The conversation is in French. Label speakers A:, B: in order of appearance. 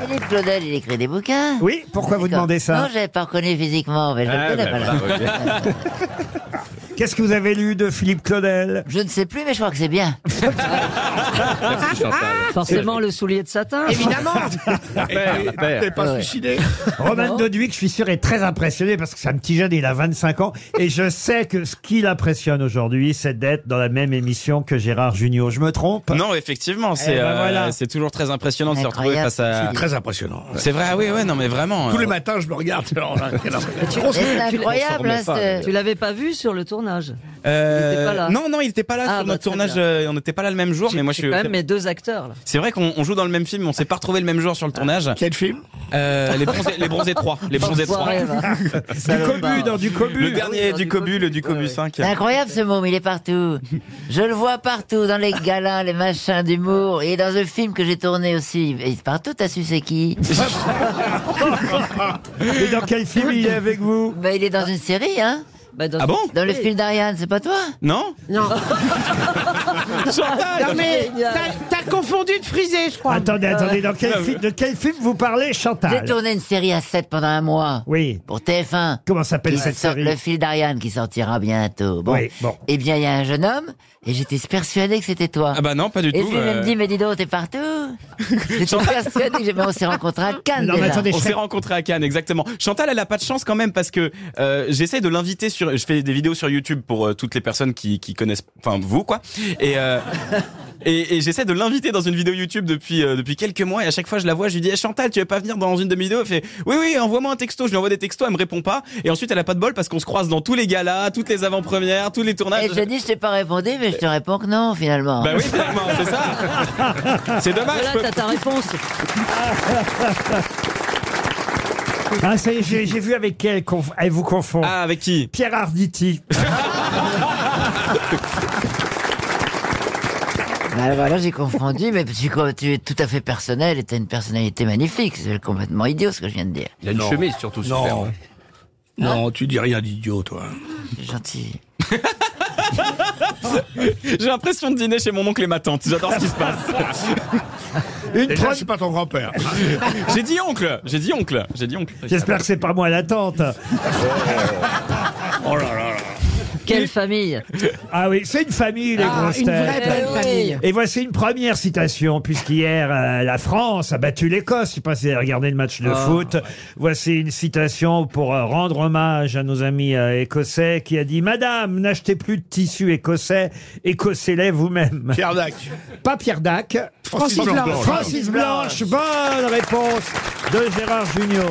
A: savez que Claudel, il écrit des bouquins
B: Oui, pourquoi vous
A: D'accord.
B: demandez ça
A: Non, je l'avais pas reconnu physiquement, mais je le
C: Ah,
A: connais
C: ben
A: pas. là.
B: Qu'est-ce que vous avez lu de Philippe Claudel
A: Je ne sais plus, mais je crois que c'est bien.
C: Merci Chantal.
D: Forcément, le soulier de satin.
C: Père, père.
E: T'es pas
A: Ouais.
E: suicidé
B: Roman Doduic, je suis sûr, est très impressionné parce que c'est un petit jeune, il a 25 ans. Et je sais que ce qui l'impressionne aujourd'hui, c'est d'être dans la même émission que Gérard Junior. Je me trompe
F: Non, effectivement, c'est
B: ben
F: euh,
B: voilà.
F: c'est toujours très impressionnant de se retrouver
A: Incroyable.
F: face à.
E: Eh C'est très impressionnant.
F: C'est vrai, ah oui, ouais, non, mais vraiment.
E: Tous
F: euh,
E: les matins, je me regarde. Alors, là, quelle impression.
A: Mais C'est incroyable, hein,
F: pas,
A: ce-
D: Tu l'avais pas vu sur le tournage.
F: euh,
D: il était pas là.
F: Non, non, il n'était pas là
D: Ah,
F: sur
D: bah,
F: notre
D: très
F: tournage.
D: bien.
F: euh, on n'était pas là le même jour, mais moi je
D: C'est
F: suis.
D: quand même mes deux acteurs. Là.
F: C'est vrai qu'on on joue dans le même film, mais on s'est pas retrouvé le même jour sur le tournage.
E: Quel film
F: Euh, les bronzés, les bronzés 3. Les bronzés 3.
D: Enfoiré, va.
B: Du cobu, dans du cobu.
F: Le
D: Ah oui,
F: dernier
D: dans
F: du
D: du
F: Cobu,
D: Cobu.
F: le du
D: Ouais,
F: Cobu
D: ouais.
F: 5.
A: C'est incroyable ce môme, il est partout. Je le vois partout, dans les galas, les machins d'humour, et dans un film que j'ai tourné aussi. Et partout, t'as su c'est qui
B: Et dans quel film il est avec vous
A: Bah, Il est dans une série, hein
D: Bah, dans-
F: Ah bon
A: Dans le film d'Ariane, c'est pas toi
F: Non
G: Non mais
D: Génial.
G: t'as t'as confondu de frisé, je crois.
B: Attendez, attendez, dans quel film, de quel film vous parlez,
A: J'ai
B: Chantal
A: tourné une série à 7 pendant un mois.
B: Ah, Oui.
A: Pour TF1.
B: Comment s'appelle
A: Qui
B: cette
A: sort-
B: série
A: Le fil d'Ariane qui sortira bientôt. Bon.
B: Oui, bon.
A: Eh bien, il y a un jeune homme, et j'étais persuadé que c'était toi.
F: Ah bah non, pas du
A: et
F: tout.
A: je lui ai
F: euh,
A: même dit, mais dis donc, t'es partout J'étais persuadé que j'ai- mais on s'est rencontrés à Cannes.
B: Non, mais
A: déjà.
B: attendez, je
F: On
B: sais-
F: s'est rencontrés à Cannes, exactement. Chantal, elle a pas de chance quand même parce que euh, j'essaie de l'inviter sur. Je fais des vidéos sur YouTube pour euh, toutes les personnes qui, qui connaissent, enfin vous quoi. Et euh, et, et j'essaie de l'inviter dans une vidéo YouTube depuis euh, depuis quelques mois. Et à chaque fois, je la vois, je lui dis Eh, Chantal, tu veux pas venir dans une de mes vidéos Elle fait oui oui, envoie-moi un texto. Je lui envoie des textos, elle me répond pas. Et ensuite, elle a pas de bol parce qu'on se croise dans tous les galas, toutes les avant-premières, tous les tournages.
A: Et je dis, je t'ai pas répondu, mais je te réponds que non, finalement.
F: Bah oui, finalement, c'est ça. C'est dommage.
D: Voilà,
F: je peux-
D: t'as ta réponse.
B: Ah, ça y est, j'ai j'ai vu avec quel conf- elle vous confond.
F: Ah avec qui
B: Pierre Arditi.
A: Bah, voilà, j'ai confondu, mais tu, tu es tout à fait personnel et t'as une personnalité magnifique. C'est complètement idiot ce que je viens de dire.
C: Il a une
E: Non.
C: chemise surtout, super.
E: Non. Non, tu dis rien d'idiot, toi.
A: C'est gentil.
F: J'ai l'impression de dîner chez mon oncle et ma tante. J'adore ce qui se passe.
E: Déjà, c'est pas ton grand-père.
F: J'ai dit oncle. J'ai dit oncle. J'ai dit oncle.
B: J'espère que c'est pas moi l'attente.
D: Quelle famille.
B: Ah oui, c'est une famille, les
G: Ah,
B: grosses
G: une
B: têtes.
G: vraie belle famille.
B: Et voici une première citation, puisqu'hier, euh, la France a battu l'Écosse. Je sais pas si vous avez regardé le match de foot. Voici une citation pour euh, rendre hommage à nos amis euh, écossais qui a dit Madame, n'achetez plus de tissu écossais, écossez-les vous-même.
E: Pierre Dac.
B: Pas Pierre Dac.
E: Francis Blanche.
B: Francis Blanche, bonne réponse de Gérard Junior.